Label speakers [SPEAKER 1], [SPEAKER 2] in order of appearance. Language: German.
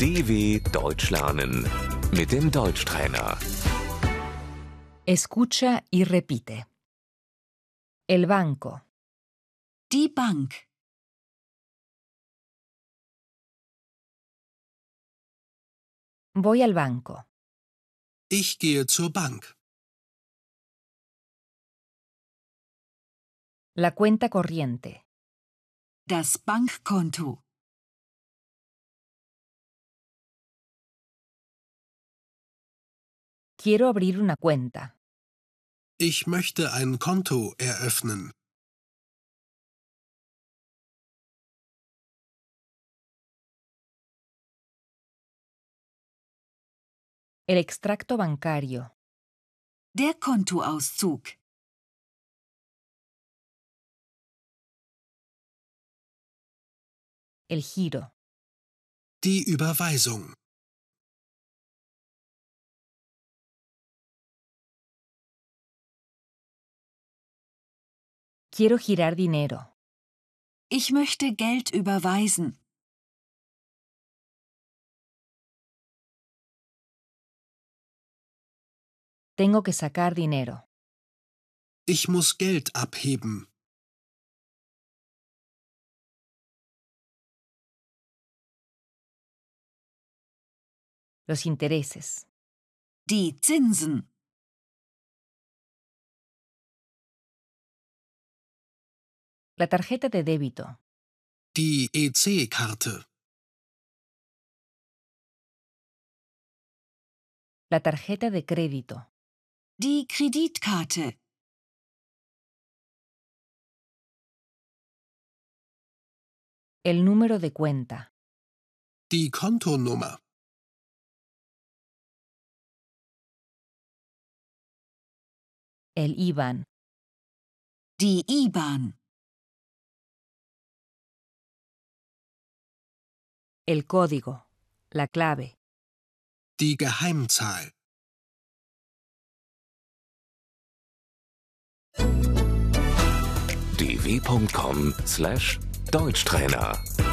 [SPEAKER 1] DW Deutsch lernen mit dem Deutschtrainer.
[SPEAKER 2] Escucha y repite. El banco,
[SPEAKER 3] Die Bank.
[SPEAKER 2] voy al banco,
[SPEAKER 4] Ich gehe zur Bank.
[SPEAKER 2] la cuenta corriente,
[SPEAKER 3] Das Bankkonto.
[SPEAKER 2] quiero abrir una cuenta,
[SPEAKER 4] Ich möchte ein Konto eröffnen.
[SPEAKER 2] el extracto bancario,
[SPEAKER 3] Der Kontoauszug.
[SPEAKER 2] el giro,
[SPEAKER 4] Die Überweisung.
[SPEAKER 2] quiero girar dinero,
[SPEAKER 3] Ich möchte Geld überweisen.
[SPEAKER 2] tengo que sacar dinero,
[SPEAKER 4] Ich muss Geld abheben.
[SPEAKER 2] los intereses,
[SPEAKER 3] Die Zinsen.
[SPEAKER 2] la tarjeta de débito,
[SPEAKER 4] Die E EC-Karte.
[SPEAKER 2] la tarjeta de crédito,
[SPEAKER 3] Die Kreditkarte.
[SPEAKER 2] el número de cuenta,
[SPEAKER 4] Die Kontonummer.
[SPEAKER 2] el IBAN,
[SPEAKER 3] Die IBAN.
[SPEAKER 2] el código, la clave,
[SPEAKER 4] Die Geheimzahl.
[SPEAKER 1] dw.com/deutschtrainer